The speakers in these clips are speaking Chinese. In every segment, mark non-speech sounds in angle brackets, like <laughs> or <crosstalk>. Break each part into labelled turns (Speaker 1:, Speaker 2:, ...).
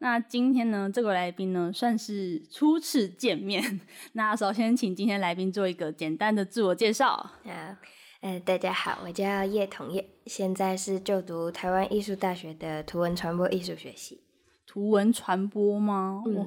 Speaker 1: 那今天呢，这个来宾呢算是初次见面。那首先请今天来宾做一个简单的自我介绍。
Speaker 2: 啊，呃，大家好，我叫叶童叶，现在是就读台湾艺术大学的图文传播艺术学系。
Speaker 1: 图文传播吗？
Speaker 2: 嗯
Speaker 1: 哇，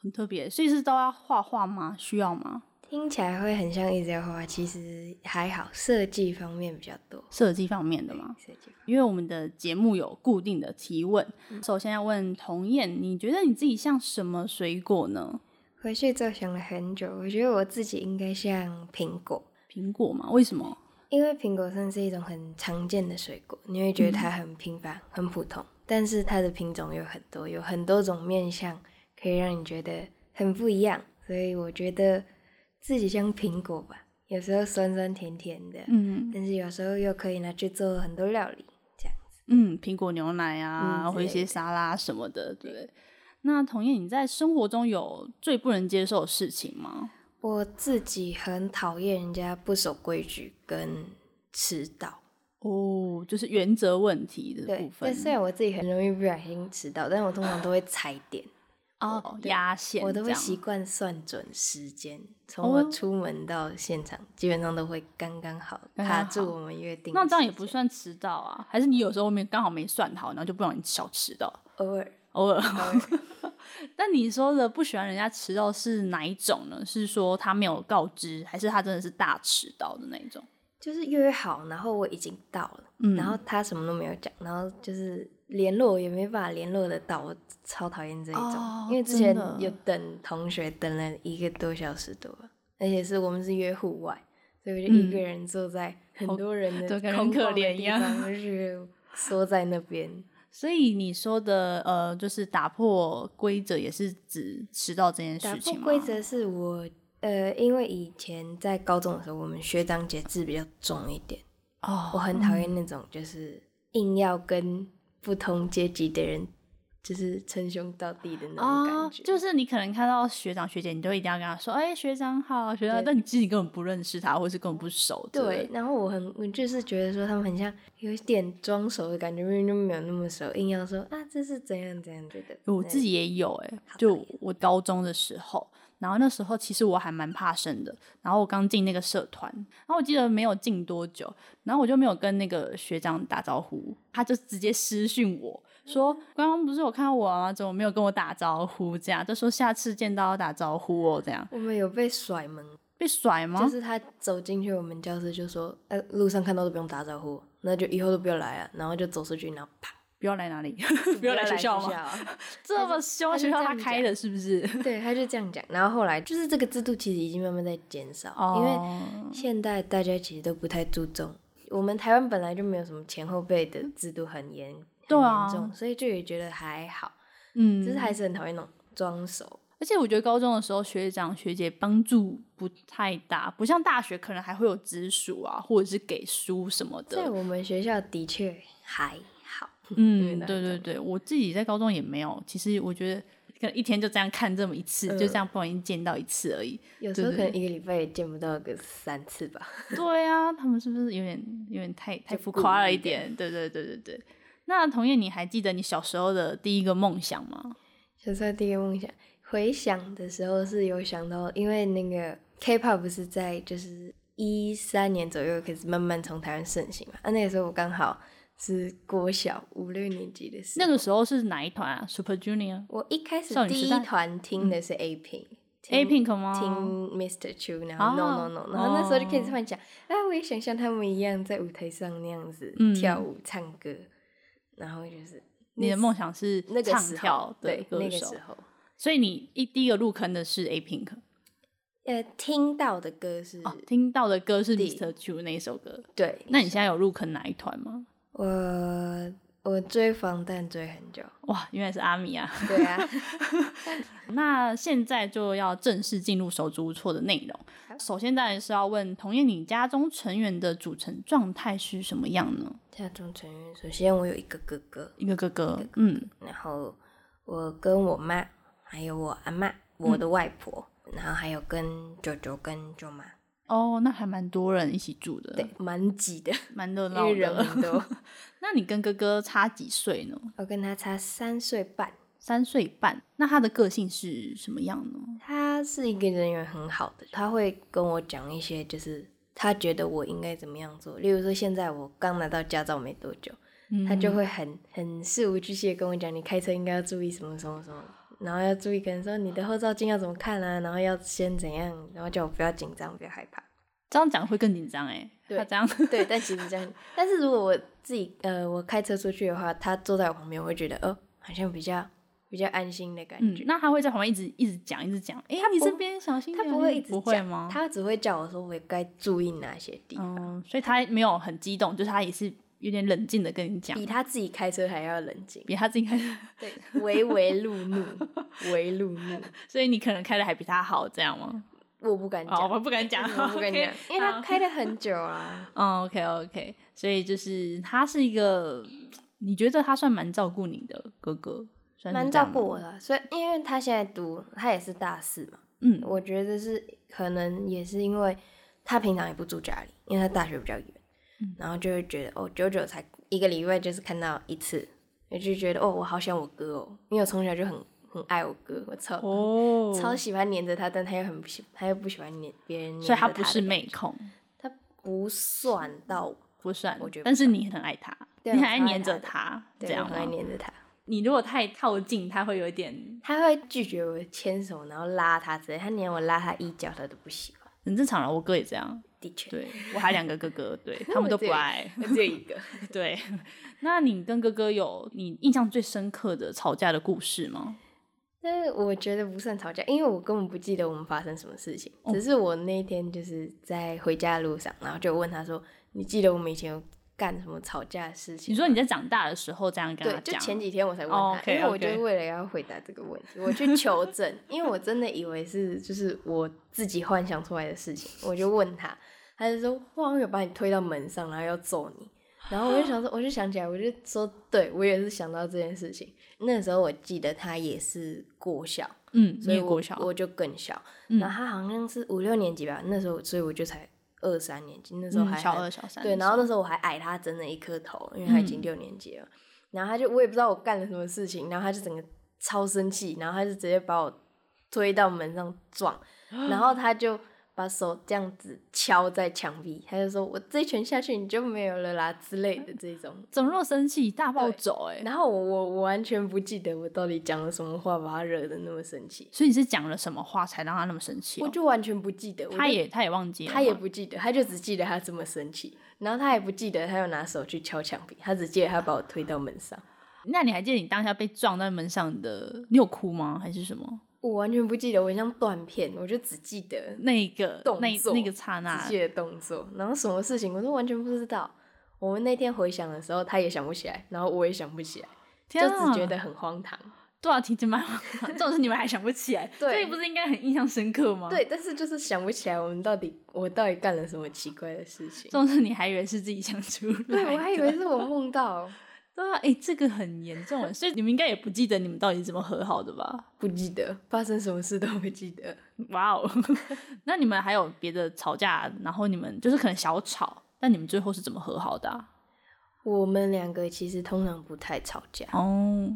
Speaker 1: 很特别，所以是都要画画吗？需要吗？
Speaker 2: 听起来会很像一直在画画，其实还好，设计方面比较多。
Speaker 1: 设计方面的吗？
Speaker 2: 设计方
Speaker 1: 因为我们的节目有固定的提问，
Speaker 2: 嗯
Speaker 1: 首先要问童燕，你觉得你自己像什么水果呢？
Speaker 2: 回去之后想了很久，我觉得我自己应该像苹果，
Speaker 1: 苹果吗？为什么？
Speaker 2: 因为苹果算是一种很常见的水果，你会
Speaker 1: 嗯
Speaker 2: 觉得它很平凡、很普通，但是它的品种有很多，有很多种面相，可以让你觉得很不一样。所以我觉得自己像苹果吧，有时候酸酸甜甜的，
Speaker 1: 嗯
Speaker 2: 但是有时候又可以拿去做很多料理，这样。
Speaker 1: 嗯，苹果牛奶啊，
Speaker 2: 嗯
Speaker 1: 或一
Speaker 2: 之类
Speaker 1: 些
Speaker 2: 的
Speaker 1: 沙拉什么的，对。那童燕，你在生活中有最不能接受的事情吗？
Speaker 2: 我自己很讨厌人家不守规矩跟迟到，
Speaker 1: 哦，就是原则问题的部
Speaker 2: 对。但
Speaker 1: 分。
Speaker 2: 虽然我自己很容易不小心迟到，但我通常都会踩点。
Speaker 1: 哦，
Speaker 2: 对
Speaker 1: 压线
Speaker 2: 我都
Speaker 1: 这
Speaker 2: 会
Speaker 1: 样
Speaker 2: 习惯算准时间，从
Speaker 1: 哦
Speaker 2: 我出门到现场，基本上都会刚刚好
Speaker 1: 刚
Speaker 2: 卡
Speaker 1: 刚
Speaker 2: 住
Speaker 1: 好
Speaker 2: 我们约定。
Speaker 1: 那这样也不，算迟到啊？还是你有时候没刚好没算好，然后就不小心小迟到？
Speaker 2: 偶尔
Speaker 1: 偶尔。
Speaker 2: 偶尔
Speaker 1: <laughs> 但你说的不喜欢人家迟到是哪一种呢？是说他没有告知，还是他真的是大迟到的那一种？
Speaker 2: 就是约好，然后我已经到了，
Speaker 1: 嗯
Speaker 2: 然后他什么都没有讲，然后就是联络也没办法联络得到，我超讨厌这一种。
Speaker 1: 哦
Speaker 2: 因为之
Speaker 1: 真
Speaker 2: 前
Speaker 1: 的
Speaker 2: 有等同学等了一个多小时多吧，而且是我们是约户外，所以我就一个人坐在很
Speaker 1: 嗯空
Speaker 2: 多人的
Speaker 1: 对跟人
Speaker 2: 空
Speaker 1: 可
Speaker 2: 旷的
Speaker 1: 怜一
Speaker 2: 地
Speaker 1: 样 <laughs>
Speaker 2: 方就是缩在那边。
Speaker 1: 所以你说的呃，就是打破规则，也是指迟到这件
Speaker 2: 打
Speaker 1: 事
Speaker 2: 破
Speaker 1: 情吗？
Speaker 2: 啊规则是我呃，因为以前在高中的时候，我们学长节制比较重一点，我
Speaker 1: 哦，
Speaker 2: 很讨厌那种就是硬要跟不同阶级的人就是称兄道弟的那种
Speaker 1: 哦
Speaker 2: 感，觉。
Speaker 1: 就是你可能看到学长学姐，你就一定要跟他说：“哎、学长好，学长。”
Speaker 2: 对
Speaker 1: 但你自己根本不认识他，或是根本不熟。之类
Speaker 2: 对
Speaker 1: 的，，
Speaker 2: 然后我很我就是觉得说他们很像有一点装熟的感觉，明明就没有那么熟，硬要说啊这是怎样怎样觉得。
Speaker 1: 我自
Speaker 2: 己
Speaker 1: 己也有哎、
Speaker 2: 好
Speaker 1: 就
Speaker 2: 讨厌
Speaker 1: 我高中的时候，然后那时候其实我还蛮怕生的，然后我刚进那个社团，然后我记得没有进多久，然后我就没有跟那个学长打招呼，他就直接私讯我
Speaker 2: 嗯
Speaker 1: 说：“刚刚不是有看到我吗？怎么没有跟我打招呼？”这样就说下次见到要打招呼哦，这样
Speaker 2: 我们有被甩门，
Speaker 1: 被甩吗？
Speaker 2: 就是他走进去我们教室就说，呃路上看到都不用打招呼，那就以后都不要来了，然后就走出去，然后啪。
Speaker 1: 不要来哪里， <laughs> 不要来学校吗？ <laughs> 这么凶，
Speaker 2: 他是
Speaker 1: 学校他
Speaker 2: 这样
Speaker 1: 开的是不 <laughs> 是？
Speaker 2: 对，他就这样讲。然后后来就是这个制度其实已经慢慢在减少，因为
Speaker 1: 哦
Speaker 2: 现在大家其实都不太注重。我们台湾本来就没有什么前后辈的制度很严，
Speaker 1: 对
Speaker 2: 很
Speaker 1: 啊
Speaker 2: 严重，所以就也觉得还好。
Speaker 1: 嗯，
Speaker 2: 只是还是很讨厌那种装熟。
Speaker 1: 而且我觉得高中的时候，学长学姐帮助不太大，不像大学可能还会有直属啊，或者是给书什么
Speaker 2: 在
Speaker 1: 的。
Speaker 2: 我们学校的确还好，
Speaker 1: 嗯，
Speaker 2: 对
Speaker 1: 对对对，我自己在高中也没有。其实我觉得可能一天就这样看这么一次，
Speaker 2: 嗯
Speaker 1: 就这样不小心见到一次而
Speaker 2: <laughs>
Speaker 1: 已。
Speaker 2: 有时候
Speaker 1: 对
Speaker 2: 可
Speaker 1: 对
Speaker 2: 能一个礼拜也见不到个三次吧。
Speaker 1: 对啊，他们是不是有点有点太太
Speaker 2: 就
Speaker 1: 浮
Speaker 2: 故
Speaker 1: 夸了
Speaker 2: 意
Speaker 1: 一点？对对对对对。那童燕，你还记得你小时候的第一个梦想吗？
Speaker 2: 小时候第一个梦想，回想的时候是有想到，因为那个 K-pop 不是在就是一三年左右开始慢慢从台湾盛行嘛，啊，那个时候我刚好是国小五六年级的时
Speaker 1: 那
Speaker 2: 候，
Speaker 1: 个时候是哪一团啊？Super Junior、
Speaker 2: 我一开始
Speaker 1: 少女
Speaker 2: 第
Speaker 1: 时
Speaker 2: 一
Speaker 1: 代
Speaker 2: 团听的是嗯 A Pink。
Speaker 1: A Pink 吗？
Speaker 2: 听 Mr. Chu，然后
Speaker 1: 哦
Speaker 2: No No No，然后那时候就开始幻想，啊，我也想像他们一样在舞台上那样子
Speaker 1: 嗯
Speaker 2: 跳舞、唱歌，然后就是
Speaker 1: 你的梦想是
Speaker 2: 那个
Speaker 1: 唱
Speaker 2: 时
Speaker 1: 跳
Speaker 2: 候，
Speaker 1: 的
Speaker 2: 对，
Speaker 1: 歌
Speaker 2: 那个
Speaker 1: 手
Speaker 2: 时，候，
Speaker 1: 所以你一第一个入坑的是 A Pink
Speaker 2: 呃，听到的歌是
Speaker 1: 哦，听到的歌是
Speaker 2: 对
Speaker 1: Mr. Chu 那一首歌。
Speaker 2: 对，
Speaker 1: 那你现在有入坑哪一团吗？
Speaker 2: 我我追防弹追很久，
Speaker 1: 哇，原来是阿
Speaker 2: <laughs>
Speaker 1: 米啊！
Speaker 2: 对啊，
Speaker 1: 那现在就要正式进入手足无措的内容。首先，当然是要问童燕，你家中成员的组成状态是什么样呢？
Speaker 2: 家中成员，首先我有一个哥哥，
Speaker 1: 一个哥哥，嗯，
Speaker 2: 然后我跟我妈，还有我阿妈，我的外婆，然后还有跟舅舅跟舅妈，
Speaker 1: 哦，那还蛮多人一起住的，
Speaker 2: 对，，嗯蛮挤的，
Speaker 1: 蛮热
Speaker 2: 因
Speaker 1: 闹
Speaker 2: 为人
Speaker 1: 的。
Speaker 2: 很多。
Speaker 1: <laughs> 那你跟哥哥差几岁呢？
Speaker 2: 我跟他差三岁半，
Speaker 1: 三岁半。那他的个性是什么样呢？
Speaker 2: 他是一个人缘很好的，他会跟我讲一些，就是他觉得我应该怎么样做。例如说，现在我刚拿到驾照没多久，
Speaker 1: 嗯
Speaker 2: 他就会很很事无巨细的跟我讲，你开车应该要注意什么什么什么，然后要注意，可能说你的后照镜要怎么看啊，然后要先怎样，然后叫我不要紧张，不要害怕。
Speaker 1: 这样讲会更紧张哎。
Speaker 2: 对
Speaker 1: 他这样，
Speaker 2: 对，但其实这样， <laughs> 但是如果我自己呃我开车出去的话，他坐在我旁边，我会觉得哦，好像比较比较安心的感
Speaker 1: 嗯
Speaker 2: 觉。，
Speaker 1: 那他会在旁边一直一直讲，一直讲。哎，你这边小心
Speaker 2: 他
Speaker 1: 点，
Speaker 2: 嗯不会一直
Speaker 1: 不会
Speaker 2: 讲
Speaker 1: 吗？
Speaker 2: 他只会叫我说我该注意哪些地方，
Speaker 1: 嗯，所以他没有很激动，就是他也是有点冷静的跟你讲
Speaker 2: 比，他自己开车还要冷静，
Speaker 1: 比他自己开，
Speaker 2: 对，唯唯路怒，唯路 <laughs> 怒，
Speaker 1: 所以你可能开的还比他好，这样吗？
Speaker 2: 我不敢
Speaker 1: 哦，
Speaker 2: 嗯讲，
Speaker 1: 我不敢讲，
Speaker 2: 我不敢
Speaker 1: OK，
Speaker 2: 讲， <laughs> 因为他
Speaker 1: 好
Speaker 2: 开了很久
Speaker 1: <laughs>
Speaker 2: 啊，
Speaker 1: 嗯，OK OK，所以就是他是一个，你觉得他算蛮照顾你的哥哥，算是
Speaker 2: 蛮
Speaker 1: 这
Speaker 2: 照
Speaker 1: 样
Speaker 2: 顾
Speaker 1: 吗，
Speaker 2: 我嗯的，所以因为他现在读，他也是大四嘛，
Speaker 1: 嗯，
Speaker 2: 我觉得是可能也是因为他平常也不住家里，因为他大学比较远，
Speaker 1: 嗯
Speaker 2: 然后就会觉得哦，久久才一个礼拜就是看到一次，我就觉得哦，我好想我哥哦，因为我从小就很很爱我哥，我超、
Speaker 1: 哦，
Speaker 2: 超喜欢黏着他，但他又很不喜，他又不喜欢黏别人黏着
Speaker 1: 所以
Speaker 2: 他
Speaker 1: 他
Speaker 2: 的
Speaker 1: 不
Speaker 2: 感觉，
Speaker 1: 是妹控，
Speaker 2: 他不算到，
Speaker 1: 不算，
Speaker 2: 我觉得不
Speaker 1: 但是你很爱他，
Speaker 2: 对
Speaker 1: 你
Speaker 2: 我
Speaker 1: 很爱
Speaker 2: 超爱
Speaker 1: 黏着
Speaker 2: 他的
Speaker 1: 他，这
Speaker 2: 对，我
Speaker 1: 样
Speaker 2: 很爱
Speaker 1: 吗？
Speaker 2: 黏着他，
Speaker 1: 你如果太靠近，他会有一点
Speaker 2: 他会拒绝我牵手，然后拉他之类，他连我拉他衣角他都不喜欢，
Speaker 1: 很正常啊了。我哥也这样，
Speaker 2: 的确，
Speaker 1: 对我还有两个哥哥，
Speaker 2: <laughs>
Speaker 1: 对他们都不爱。 <laughs>
Speaker 2: 我 <laughs> 只有一个。 <laughs>
Speaker 1: 对，那你跟哥哥有你印象最深刻的吵架的故事吗？
Speaker 2: 但是我觉得不算吵架，因为我根本不记得我们发生什么事情，只是我那天就是在回家的路上，然后就问他说：“你记得我们以前有干什么吵架的事
Speaker 1: 你
Speaker 2: 情
Speaker 1: 说你在长大的时候这样？”跟
Speaker 2: 对
Speaker 1: 他，
Speaker 2: 就
Speaker 1: 讲，
Speaker 2: 前几天我才问他
Speaker 1: 哦，OK，
Speaker 2: 因为我
Speaker 1: OK
Speaker 2: 就为了要回答这个问题，我去求证，因为我真的以为是就是我自己幻想出来的事情，我就问他，他就说：“我好像有把你推到门上，然后要揍你。”然后我就想说，我就想起来，我就说，对我也是想到这件事情。那时候我记得他也是过校，
Speaker 1: 嗯，
Speaker 2: 所
Speaker 1: 你
Speaker 2: 以
Speaker 1: 也
Speaker 2: 我
Speaker 1: 国小，
Speaker 2: 我就更小。
Speaker 1: 嗯
Speaker 2: 然后他好像是五六年级吧，那时候，所以我就才二三年级，那时候
Speaker 1: 嗯，
Speaker 2: 还、
Speaker 1: 小二、小三的时候，
Speaker 2: 对，然后那时候我还矮他整整一颗头，因为他已经六年级了。然后他就我也不知道我干了什么事情，然后他就整个超生气，然后他就直接把我推到门上撞，然后他就把手这样子敲在墙壁，他就说我这一拳下去你就没有了啦之类的这种。
Speaker 1: <laughs> 怎么那么生气，大暴走哎、
Speaker 2: 然后我我我完全不记得我到底讲了什么话把他惹得那么生气，
Speaker 1: 所以你是讲了什么话才让他那么生气、
Speaker 2: 我
Speaker 1: 哦？
Speaker 2: 就完全不记得。我就
Speaker 1: 他也他也忘记了吗，
Speaker 2: 他也不记得，他就只记得他这么生气，然后他也不记得他又拿手去敲墙壁，他只记得他把我推到门上。
Speaker 1: 那你还记得你当下被撞在门上的，你有哭吗？还是什么？
Speaker 2: 我完全不记得，我像断片，我就只记得
Speaker 1: 那一个
Speaker 2: 动
Speaker 1: 那一
Speaker 2: 作
Speaker 1: 那个刹那
Speaker 2: 只，记得动作，然后什么事情我都完全不知道。我们那天回想的时候，他也想不起来，然后我也想不起来，就
Speaker 1: 天啊
Speaker 2: 只觉得很荒唐。
Speaker 1: 多少题就蛮 <laughs> 这种事你们还想不起来，
Speaker 2: 对
Speaker 1: 所以不是应该很印象深刻吗？，
Speaker 2: 对，但是就是想不起来我们到底我到底干了什么奇怪的事情
Speaker 1: 这。种事你还以为是自己想出来的，
Speaker 2: 对，我还以为是我梦到，
Speaker 1: 对啊，哎、这个很严重哎，所以你们应该也不记得你们到底是怎么和好的吧？
Speaker 2: 不记得发生什么事都不记得。
Speaker 1: 哇哦， <laughs> 那你们还有别的吵架，然后你们就是可能小吵，但你们最后是怎么和好的啊、
Speaker 2: 我们两个其实通常不太吵架，
Speaker 1: 哦，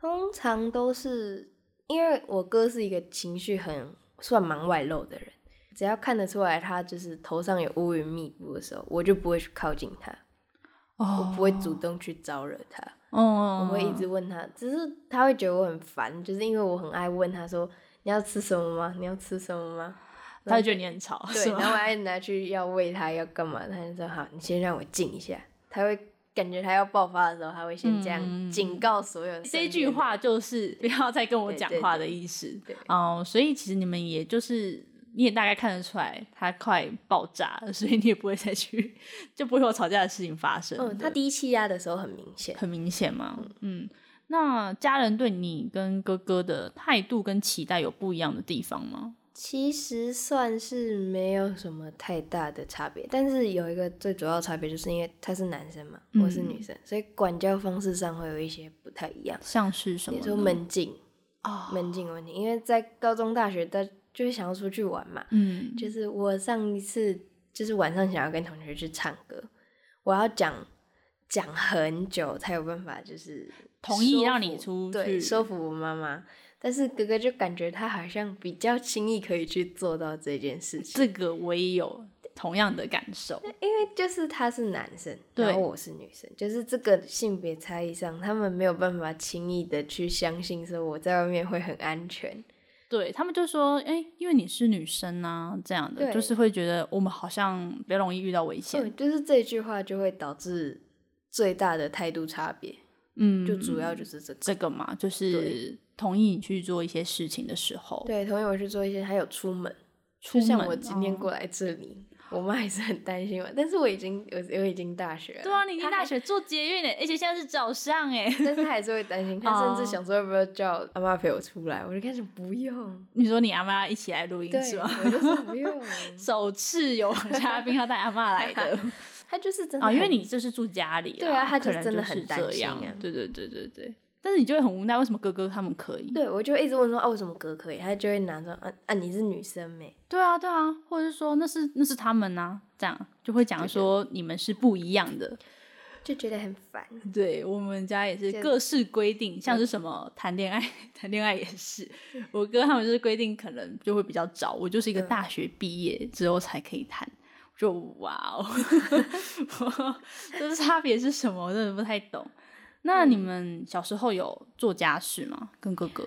Speaker 2: 通常都是因为我哥是一个情绪很算蛮外露的人，只要看得出来他就是头上有乌云密布的时候，我就不会去靠近他，我
Speaker 1: 哦，
Speaker 2: 不会主动去招惹他，
Speaker 1: 哦，
Speaker 2: 我会一直问他，只是他会觉得我很烦，就是因为我很爱问他说你要吃什么吗？你要吃什
Speaker 1: <laughs>
Speaker 2: 么吗？
Speaker 1: 他会觉得你很吵，
Speaker 2: 对，
Speaker 1: 是
Speaker 2: 然
Speaker 1: 吗
Speaker 2: 后我还拿去要喂他要干嘛，他就说好，你先让我静一下，他会。感觉他要爆发的时候，他会先
Speaker 1: 嗯
Speaker 2: 这样警告所有人。
Speaker 1: 这一句话就是不要再跟我
Speaker 2: 对
Speaker 1: 讲
Speaker 2: 对
Speaker 1: 话
Speaker 2: 对
Speaker 1: 的意思。
Speaker 2: 对
Speaker 1: 哦，所以其实你们也就是你也大概看得出来它快爆炸了，所以你也不会再去，就不会有吵架的事情发生。
Speaker 2: 嗯，他
Speaker 1: 对
Speaker 2: 低气压的时候很明显。
Speaker 1: 很明显嘛，嗯。那家人对你跟哥哥的态度跟期待有不一样的地方吗？
Speaker 2: 其实算是没有什么太大的差别，但是有一个最主要的差别，就是因为他是男生嘛，我是
Speaker 1: 嗯
Speaker 2: 女生，所以管教方式上会有一些不太一样。
Speaker 1: 像是什
Speaker 2: 比
Speaker 1: 么
Speaker 2: 如
Speaker 1: 呢？
Speaker 2: 说门禁、
Speaker 1: 啊，
Speaker 2: 门禁问题，因为在高中、大学，大就会想要出去玩嘛。
Speaker 1: 嗯，
Speaker 2: 就是我上一次就是晚上想要跟同学去唱歌，我要讲讲很久才有办法，就是
Speaker 1: 同意
Speaker 2: 说
Speaker 1: 让你
Speaker 2: 服
Speaker 1: 出去
Speaker 2: 对，说服我妈妈。但是哥哥就感觉他好像比较轻易可以去做到这件事情，
Speaker 1: 这个我也有同样的感受。
Speaker 2: 因为就是他是男生，
Speaker 1: 对
Speaker 2: 然后我是女生，就是这个性别差异上，他们没有办法轻易的去相信说我在外面会很安全。
Speaker 1: 对他们就说，哎、因为你是女生啊，这样的，
Speaker 2: 对
Speaker 1: 就是会觉得我们好像比较容易遇到危险。
Speaker 2: 嗯，就是这句话就会导致最大的态度差别，
Speaker 1: 嗯，
Speaker 2: 就主要就是这个。
Speaker 1: 这个嘛，就是同意你去做一些事情的时候，
Speaker 2: 对，同意我去做一些，还有出门，
Speaker 1: 哦出
Speaker 2: 就
Speaker 1: 门。
Speaker 2: 像我今天
Speaker 1: 哦
Speaker 2: 过来这里，我妈还是很担心我，但是我已经我我已经大学了，
Speaker 1: 对啊，你已经
Speaker 2: 她
Speaker 1: 大
Speaker 2: 还，
Speaker 1: 学做捷运呢，而且现在是早上
Speaker 2: <laughs>
Speaker 1: 哎。
Speaker 2: 但是她还是会担心，她甚
Speaker 1: 哦
Speaker 2: 至想说要不要叫阿妈陪我出来，我就开始不用，
Speaker 1: 你说你阿妈一起来录音
Speaker 2: 对，
Speaker 1: 是
Speaker 2: <laughs>
Speaker 1: 吗？
Speaker 2: 我就说不用，
Speaker 1: 首次
Speaker 2: <laughs>
Speaker 1: 有嘉宾要带阿妈来的
Speaker 2: 她就是真的
Speaker 1: 啊，因为
Speaker 2: 很
Speaker 1: 你这是住家里啦，
Speaker 2: 对啊他就
Speaker 1: 可能
Speaker 2: 真的
Speaker 1: 是
Speaker 2: 很担
Speaker 1: 这
Speaker 2: 心
Speaker 1: 样
Speaker 2: 啊
Speaker 1: 对对对对对。但是你就会很无奈，为什么哥哥他们可以？
Speaker 2: 对我就一直问说啊为什么哥可以，她就会拿着啊啊你是女生没，
Speaker 1: 对啊，对啊，或者是说那是那是他们呐、这样就会讲说你们是不一样的。
Speaker 2: 就觉得很烦，
Speaker 1: <laughs> 对我们家也是
Speaker 2: 就
Speaker 1: 各式规定，像是什么谈恋爱， <laughs> 谈恋爱也是，我哥他们就是规定可能就会比较早，我就是一个
Speaker 2: 嗯
Speaker 1: 大学毕业之后才可以谈。就哇哦， <laughs> 这差别是什么？我真的不太懂。那你们小时候有做家事吗？跟哥哥？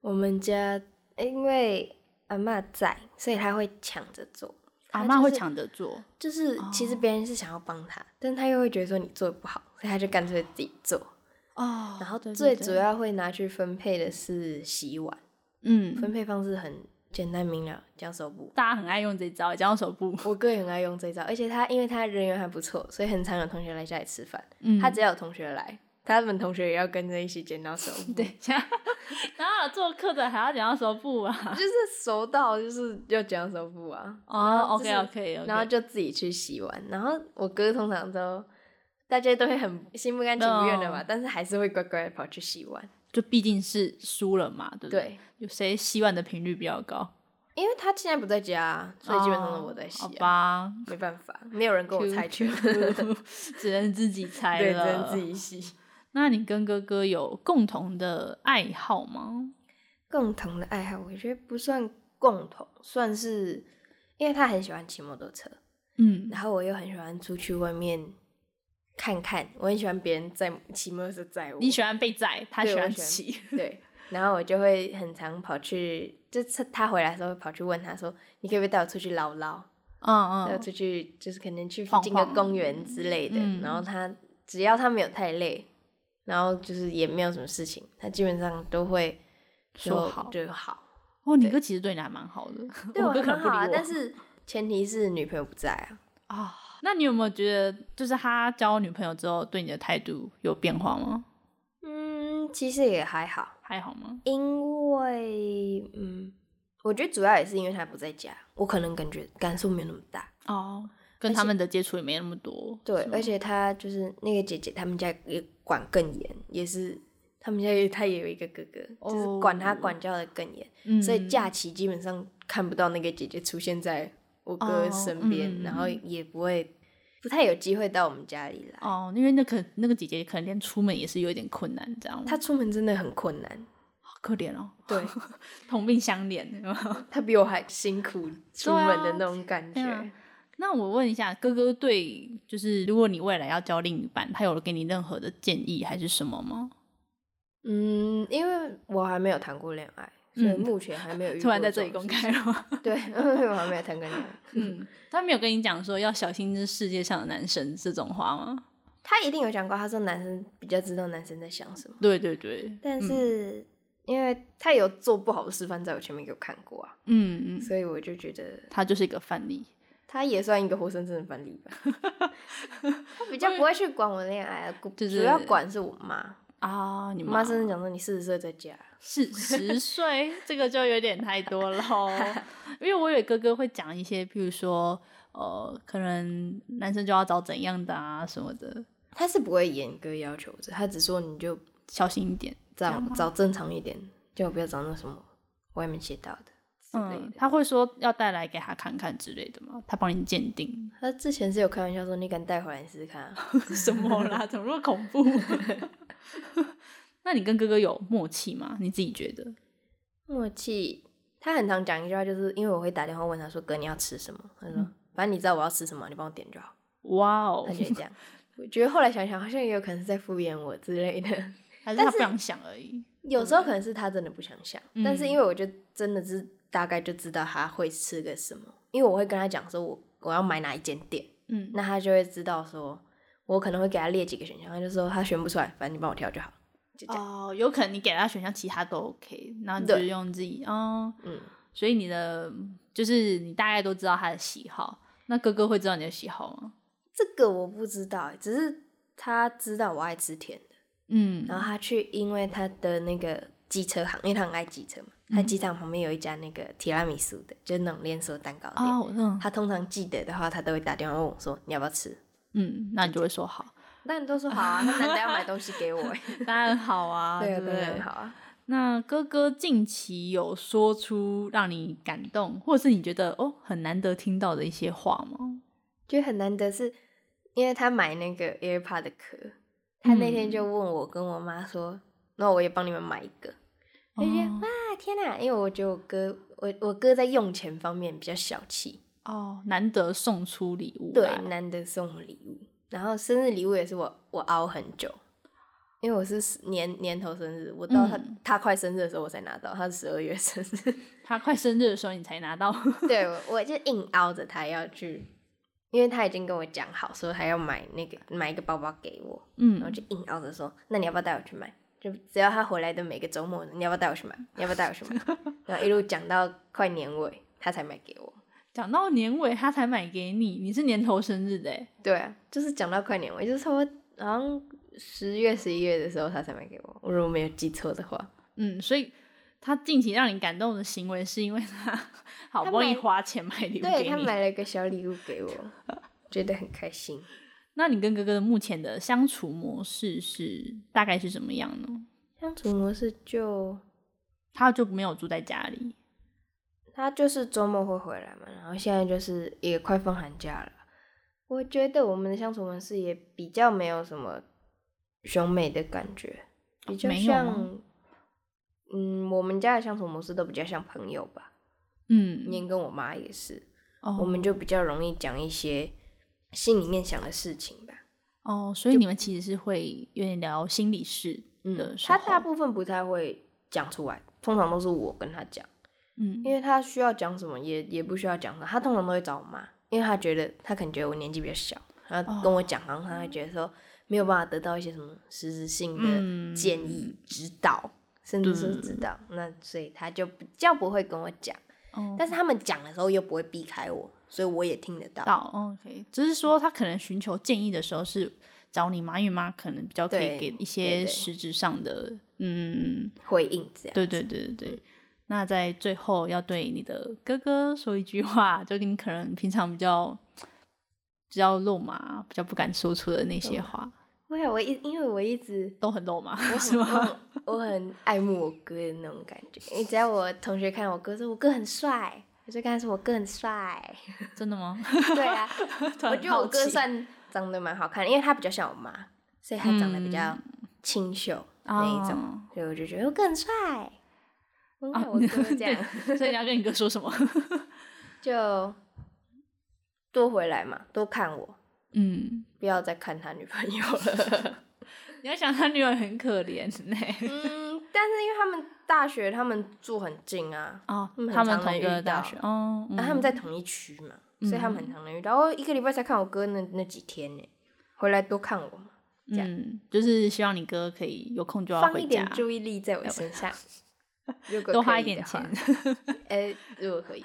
Speaker 2: 我们家因为阿妈在，所以她会抢着做，
Speaker 1: 阿
Speaker 2: 她
Speaker 1: 妈
Speaker 2: 就
Speaker 1: 会
Speaker 2: 是
Speaker 1: 抢着做，
Speaker 2: 就是
Speaker 1: 哦
Speaker 2: 其实别人是想要帮他，但他又会觉得说你做的不好，所以他就干脆自己做。
Speaker 1: 哦
Speaker 2: 然后
Speaker 1: 对对
Speaker 2: 最
Speaker 1: 对
Speaker 2: 主要会拿去分配的是洗碗，
Speaker 1: 嗯，
Speaker 2: 分配方式很简单明了，叫手部。
Speaker 1: 大家很爱用这招，讲到手部，
Speaker 2: 我哥也很爱用这招，而且他因为他人缘还不错，所以很常有同学来家里吃饭。
Speaker 1: 嗯
Speaker 2: 他只要有同学来，他们同学也要跟着一起剪刀手部，
Speaker 1: 对，讲， <laughs> 然后做客的还要讲到手部啊。
Speaker 2: 就是熟到就是要剪刀手部啊。
Speaker 1: 哦
Speaker 2: 后就是
Speaker 1: ，OK OK OK，
Speaker 2: 然后就自己去洗碗。然后我哥通常都大家都会很心不甘情不愿的嘛，
Speaker 1: 哦
Speaker 2: 但是还是会乖乖地跑去洗碗。
Speaker 1: 就毕竟是输了嘛，对不对？
Speaker 2: 对，
Speaker 1: 有谁洗碗的频率比较高？
Speaker 2: 因为他现在不在家啊，所以基本上都我在洗
Speaker 1: 哦好
Speaker 2: 啊，
Speaker 1: 吧， <laughs>
Speaker 2: 没办法，没有人跟我猜拳， <laughs>
Speaker 1: 只能自己猜
Speaker 2: 对，只
Speaker 1: 了。
Speaker 2: 能自己洗。
Speaker 1: 那你跟哥哥有共同的爱好吗？
Speaker 2: 共同的爱好，我觉得不算共同，算是因为他很喜欢骑摩托车，
Speaker 1: 嗯，
Speaker 2: 然后我又很喜欢出去外面看看，我很喜欢别人在骑摩托车载我。
Speaker 1: 你喜欢被宰，他
Speaker 2: 对
Speaker 1: 喜
Speaker 2: 我
Speaker 1: 欢
Speaker 2: 喜欢
Speaker 1: 骑。
Speaker 2: 对，然后我就会很常跑去，就是他回来的时候会跑去问他说：“你可不可以带我出去捞捞？
Speaker 1: 嗯
Speaker 2: 带我
Speaker 1: 嗯，
Speaker 2: 出去就是可能去附
Speaker 1: 晃
Speaker 2: 近的
Speaker 1: 晃
Speaker 2: 公园之类的。
Speaker 1: 嗯
Speaker 2: 然后他只要他没有太累，然后就是也没有什么事情，他基本上都会
Speaker 1: 说
Speaker 2: 就
Speaker 1: 好
Speaker 2: 就好。
Speaker 1: 哦，你哥其实对你还蛮好的，
Speaker 2: 对我
Speaker 1: 哥可
Speaker 2: 还
Speaker 1: 能
Speaker 2: 蛮
Speaker 1: 不理
Speaker 2: 好啊，
Speaker 1: 我。
Speaker 2: 但是前提是女朋友不在啊。
Speaker 1: 啊，那你有没有觉得，就是他交女朋友之后，对你的态度有变化吗？
Speaker 2: 嗯，其实也还好，
Speaker 1: 还好吗？
Speaker 2: 因为嗯，我觉得主要也是因为他不在家，我可能感觉感受没有那么大。
Speaker 1: 哦，跟
Speaker 2: 而且
Speaker 1: 他们的接触也没那么多。
Speaker 2: 对
Speaker 1: 是，吗
Speaker 2: 而且他就是那个姐姐，他们家也管更严，也是他们家也他也有一个哥哥，就是管他
Speaker 1: 哦
Speaker 2: 管教的更严，
Speaker 1: 嗯
Speaker 2: 所以假期基本上看不到那个姐姐出现在我
Speaker 1: 哦
Speaker 2: 哥身边，
Speaker 1: 嗯嗯
Speaker 2: 然后也不会不太有机会到我们家里来。
Speaker 1: 哦，因为那可那个姐姐可能连出门也是有一点困难，这样
Speaker 2: 他出门真的很困难，
Speaker 1: 好可怜哦， <laughs>
Speaker 2: 对
Speaker 1: 同病相怜。 <laughs> 有没有
Speaker 2: 他比我还辛苦出
Speaker 1: 对啊
Speaker 2: 门的那种感觉。
Speaker 1: 天啊那我问一下，哥哥对，就是如果你未来要交另一半，他有给你任何的建议还是什么吗？
Speaker 2: 嗯，因为我还没有谈过恋爱，所以
Speaker 1: 嗯
Speaker 2: 目前还
Speaker 1: <laughs>
Speaker 2: 没有遇
Speaker 1: 突然
Speaker 2: 过
Speaker 1: 在这里
Speaker 2: 种
Speaker 1: 公
Speaker 2: 事
Speaker 1: 开了吗？ <laughs>
Speaker 2: <laughs> 对，因为我还没有谈过恋爱。
Speaker 1: 嗯，他没有跟你讲说要小心这世界上的男生这种话吗？
Speaker 2: 他一定有讲过，他说男生比较知道男生在想什么，
Speaker 1: 对对对，
Speaker 2: 但
Speaker 1: 嗯
Speaker 2: 是、因为他有做不好的示范在我前面给我看过啊，
Speaker 1: 嗯嗯，
Speaker 2: 所以我就觉得
Speaker 1: 它就是一个范例。
Speaker 2: 他也算一个活生生的范例
Speaker 1: <laughs>
Speaker 2: 吧。他比较不会去管我恋爱啊，
Speaker 1: 对对
Speaker 2: 主要管是我妈。
Speaker 1: 啊，你
Speaker 2: 我妈
Speaker 1: <laughs>
Speaker 2: 甚至讲说你四十岁再嫁，
Speaker 1: 是十岁，这个就有点太多哦喽。 <laughs> 因为我有哥哥会讲一些，譬如说，呃，可能男生就要找怎样的啊什么的，
Speaker 2: 他是不会严格要求的，他只说你就
Speaker 1: 小心一点。这
Speaker 2: 找
Speaker 1: 样吗
Speaker 2: 找正常一点，就不要找那什么外面写到的之类
Speaker 1: 嗯
Speaker 2: 的，。
Speaker 1: 他会说要带来给他看看之类的嘛，他帮你鉴定
Speaker 2: 他之前是有开玩笑说你敢带回来你试试看、啊，
Speaker 1: <laughs> 什么啦，怎么那么恐怖？ <laughs> 那你跟哥哥有默契吗？你自己觉得？
Speaker 2: 默契。他很常讲一句话，就是因为我会打电话问他说哥你要吃什么，他说、
Speaker 1: 嗯
Speaker 2: 反正你知道我要吃什么，你帮我点就好。
Speaker 1: 哇哦
Speaker 2: 他，就会
Speaker 1: <laughs>
Speaker 2: 这样。我觉得后来想想，好像也有可能是在敷衍我之类的。
Speaker 1: 还是他不想想而已。
Speaker 2: 有时候可能是他真的不想想，
Speaker 1: 嗯
Speaker 2: 但是因为我就真的是大概就知道他会吃个什么，因为我会跟他讲说我我要买哪一间店，
Speaker 1: 嗯，
Speaker 2: 那他就会知道说，我可能会给他列几个选项，他就说他选不出来，反正你帮我挑就好，就这样。
Speaker 1: 哦，有可能你给他选项，其他都 OK，然后你就
Speaker 2: 对
Speaker 1: 用自己哦。
Speaker 2: 嗯，
Speaker 1: 所以你的就是你大概都知道他的喜好，那哥哥会知道你的喜好吗？
Speaker 2: 这个我不知道欸，只是他知道我爱吃甜的，
Speaker 1: 嗯
Speaker 2: 然后他去因为他的那个机车行，因为他很爱机车嘛，
Speaker 1: 嗯
Speaker 2: 他机场旁边有一家那个提拉米苏的，就是那种连锁蛋糕店。
Speaker 1: 哦，我嗯
Speaker 2: 他通常记得的话，他都会打电话问我说你要不要吃。
Speaker 1: 嗯，那你就会说好，
Speaker 2: 那你都说好啊，那难得要买东西给 <laughs> 我欸，
Speaker 1: 当然好 <laughs> 啊，
Speaker 2: 对啊，
Speaker 1: 不
Speaker 2: 当然
Speaker 1: 对？
Speaker 2: 好啊。
Speaker 1: 那哥哥近期有说出让你感动，或者是你觉得哦很难得听到的一些话吗？
Speaker 2: 就很难得是，因为他买那个 AirPod 的壳，他那天
Speaker 1: 嗯
Speaker 2: 就问我跟我妈说，那我也帮你们买一个。我就觉得
Speaker 1: 哦
Speaker 2: 哇天哪、因为我觉得我哥，我我哥在用钱方面比较小气，
Speaker 1: 哦，难得送出礼物
Speaker 2: 对
Speaker 1: 来，，
Speaker 2: 难得送我礼物，然后生日礼物也是我我熬很久。因为我是年年头生日，我到他、
Speaker 1: 嗯
Speaker 2: 他快生日的时候我才拿到，他是十二月生日，
Speaker 1: 他快生日的时候你才拿到，
Speaker 2: <laughs>
Speaker 1: <laughs>
Speaker 2: 对，我我就硬凹着他要去，因为他已经跟我讲好说他要买那个买一个包包给我，然后
Speaker 1: 嗯，
Speaker 2: 就硬凹着说，那你要不要带我去买？就只要他回来的每个周末，你要不要带我去买？你要不要带我去买？ <laughs> 然后一路讲到快年尾，他才买给我。
Speaker 1: 讲到年尾他才买给你，你是年头生日的欸，
Speaker 2: 对啊，就是讲到快年尾，就是差不多好像十月、十一月的时候，他才买给我。我如果没有记错的话，
Speaker 1: 嗯，所以他近期让你感动的行为，是因为他好不容易
Speaker 2: 买
Speaker 1: 花钱买礼物
Speaker 2: 对
Speaker 1: 给
Speaker 2: 他
Speaker 1: 你。
Speaker 2: 买了一个小礼物给 <laughs> 我，觉得很开心。
Speaker 1: 那你跟哥哥的目前的相处模式是大概是怎么样呢？
Speaker 2: 相处模式就
Speaker 1: 他就没有住在家里，
Speaker 2: 他就是周末会回来嘛，然后现在就是也快放寒假了。我觉得我们的相处模式也比较没有什么兄妹的感觉，比较
Speaker 1: 哦没有吗
Speaker 2: 像，嗯，我们家的相处模式都比较像朋友吧。
Speaker 1: 嗯，
Speaker 2: 您跟我妈也是，
Speaker 1: 哦
Speaker 2: 我们就比较容易讲一些心里面想的事情吧。
Speaker 1: 哦，所以你们其实是会有点聊心理事的
Speaker 2: 嗯，
Speaker 1: 时候，
Speaker 2: 他大部分不太会讲出来，通常都是我跟他讲。
Speaker 1: 嗯
Speaker 2: 因为他需要讲什么也也不需要讲什么，他通常都会找我妈，因为他觉得他可能觉得我年纪比较小，然后跟我讲，然后他会觉得说没有办法得到一些什么实质性
Speaker 1: 嗯
Speaker 2: 的建议、指导，甚至是指导，那所以他就比较不会跟我讲，
Speaker 1: 哦
Speaker 2: 但是他们讲的时候又不会避开我，所以我也听得到。
Speaker 1: 到哦 OK，只是说他可能寻求建议的时候是找你妈，因为妈可能比较可以
Speaker 2: 对
Speaker 1: 给一
Speaker 2: 对
Speaker 1: 些
Speaker 2: 对
Speaker 1: 实质上的嗯
Speaker 2: 回应这样，
Speaker 1: 对对对对对。那在最后要对你的哥哥说一句话，就你可能平常比较比较肉麻、比较不敢说出的那些话，
Speaker 2: 我也我一因为我一直
Speaker 1: 都很肉麻，
Speaker 2: 我
Speaker 1: 是
Speaker 2: 很我
Speaker 1: 吗？
Speaker 2: 很我很爱慕我哥的那种感觉，因为只要我同学看我哥说我哥很帅，我就跟他说我哥很帅。
Speaker 1: <laughs>
Speaker 2: <laughs>
Speaker 1: 真的 <laughs> 吗？
Speaker 2: 对啊，
Speaker 1: 突然
Speaker 2: 我觉得我
Speaker 1: 好
Speaker 2: 哥
Speaker 1: 奇
Speaker 2: 算长得蛮好看的，因为他比较像我妈，所以他长得比较清秀那一种，
Speaker 1: 嗯哦
Speaker 2: 所以我就觉得我哥很帅，我很爱我
Speaker 1: 你 <laughs>
Speaker 2: 哥这样，
Speaker 1: 啊所以你要跟你哥说什么？ <laughs>
Speaker 2: 就多回来嘛，多看我，
Speaker 1: 嗯，
Speaker 2: 不要再看他女朋友了。 <laughs>
Speaker 1: 你要想他女儿很可怜呢、
Speaker 2: 嗯，但是因为他们大学他们住很近啊，
Speaker 1: <laughs> 哦
Speaker 2: 嗯，很
Speaker 1: 他们
Speaker 2: 常
Speaker 1: 同
Speaker 2: 能
Speaker 1: 一个
Speaker 2: 遇
Speaker 1: 大
Speaker 2: 到
Speaker 1: 学，哦，嗯
Speaker 2: 啊、他们在同一区嘛，所以他们很常能遇到。我一个礼拜才看我哥那那几天呢，回来多看我嘛，这样
Speaker 1: 嗯，就是希望你哥可以有空就要
Speaker 2: 放
Speaker 1: 回
Speaker 2: 一
Speaker 1: 家 <laughs>
Speaker 2: 点，注意力在我身上。如果
Speaker 1: 多
Speaker 2: 可
Speaker 1: 花一
Speaker 2: 以
Speaker 1: 点
Speaker 2: 的话
Speaker 1: 钱。。
Speaker 2: 呃，如果
Speaker 1: <laughs>
Speaker 2: 可以，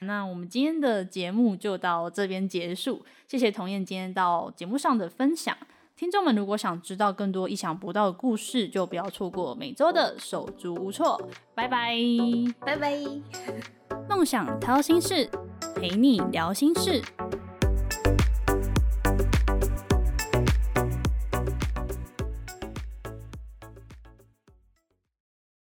Speaker 1: 那我们今天的节目就到这边结束，谢谢童燕今天到节目上的分享。听众们如果想知道更多意想不到的故事，就不要错过每周的手足无措。拜拜，
Speaker 2: 拜拜。
Speaker 1: 梦想掏心事，陪你聊心事。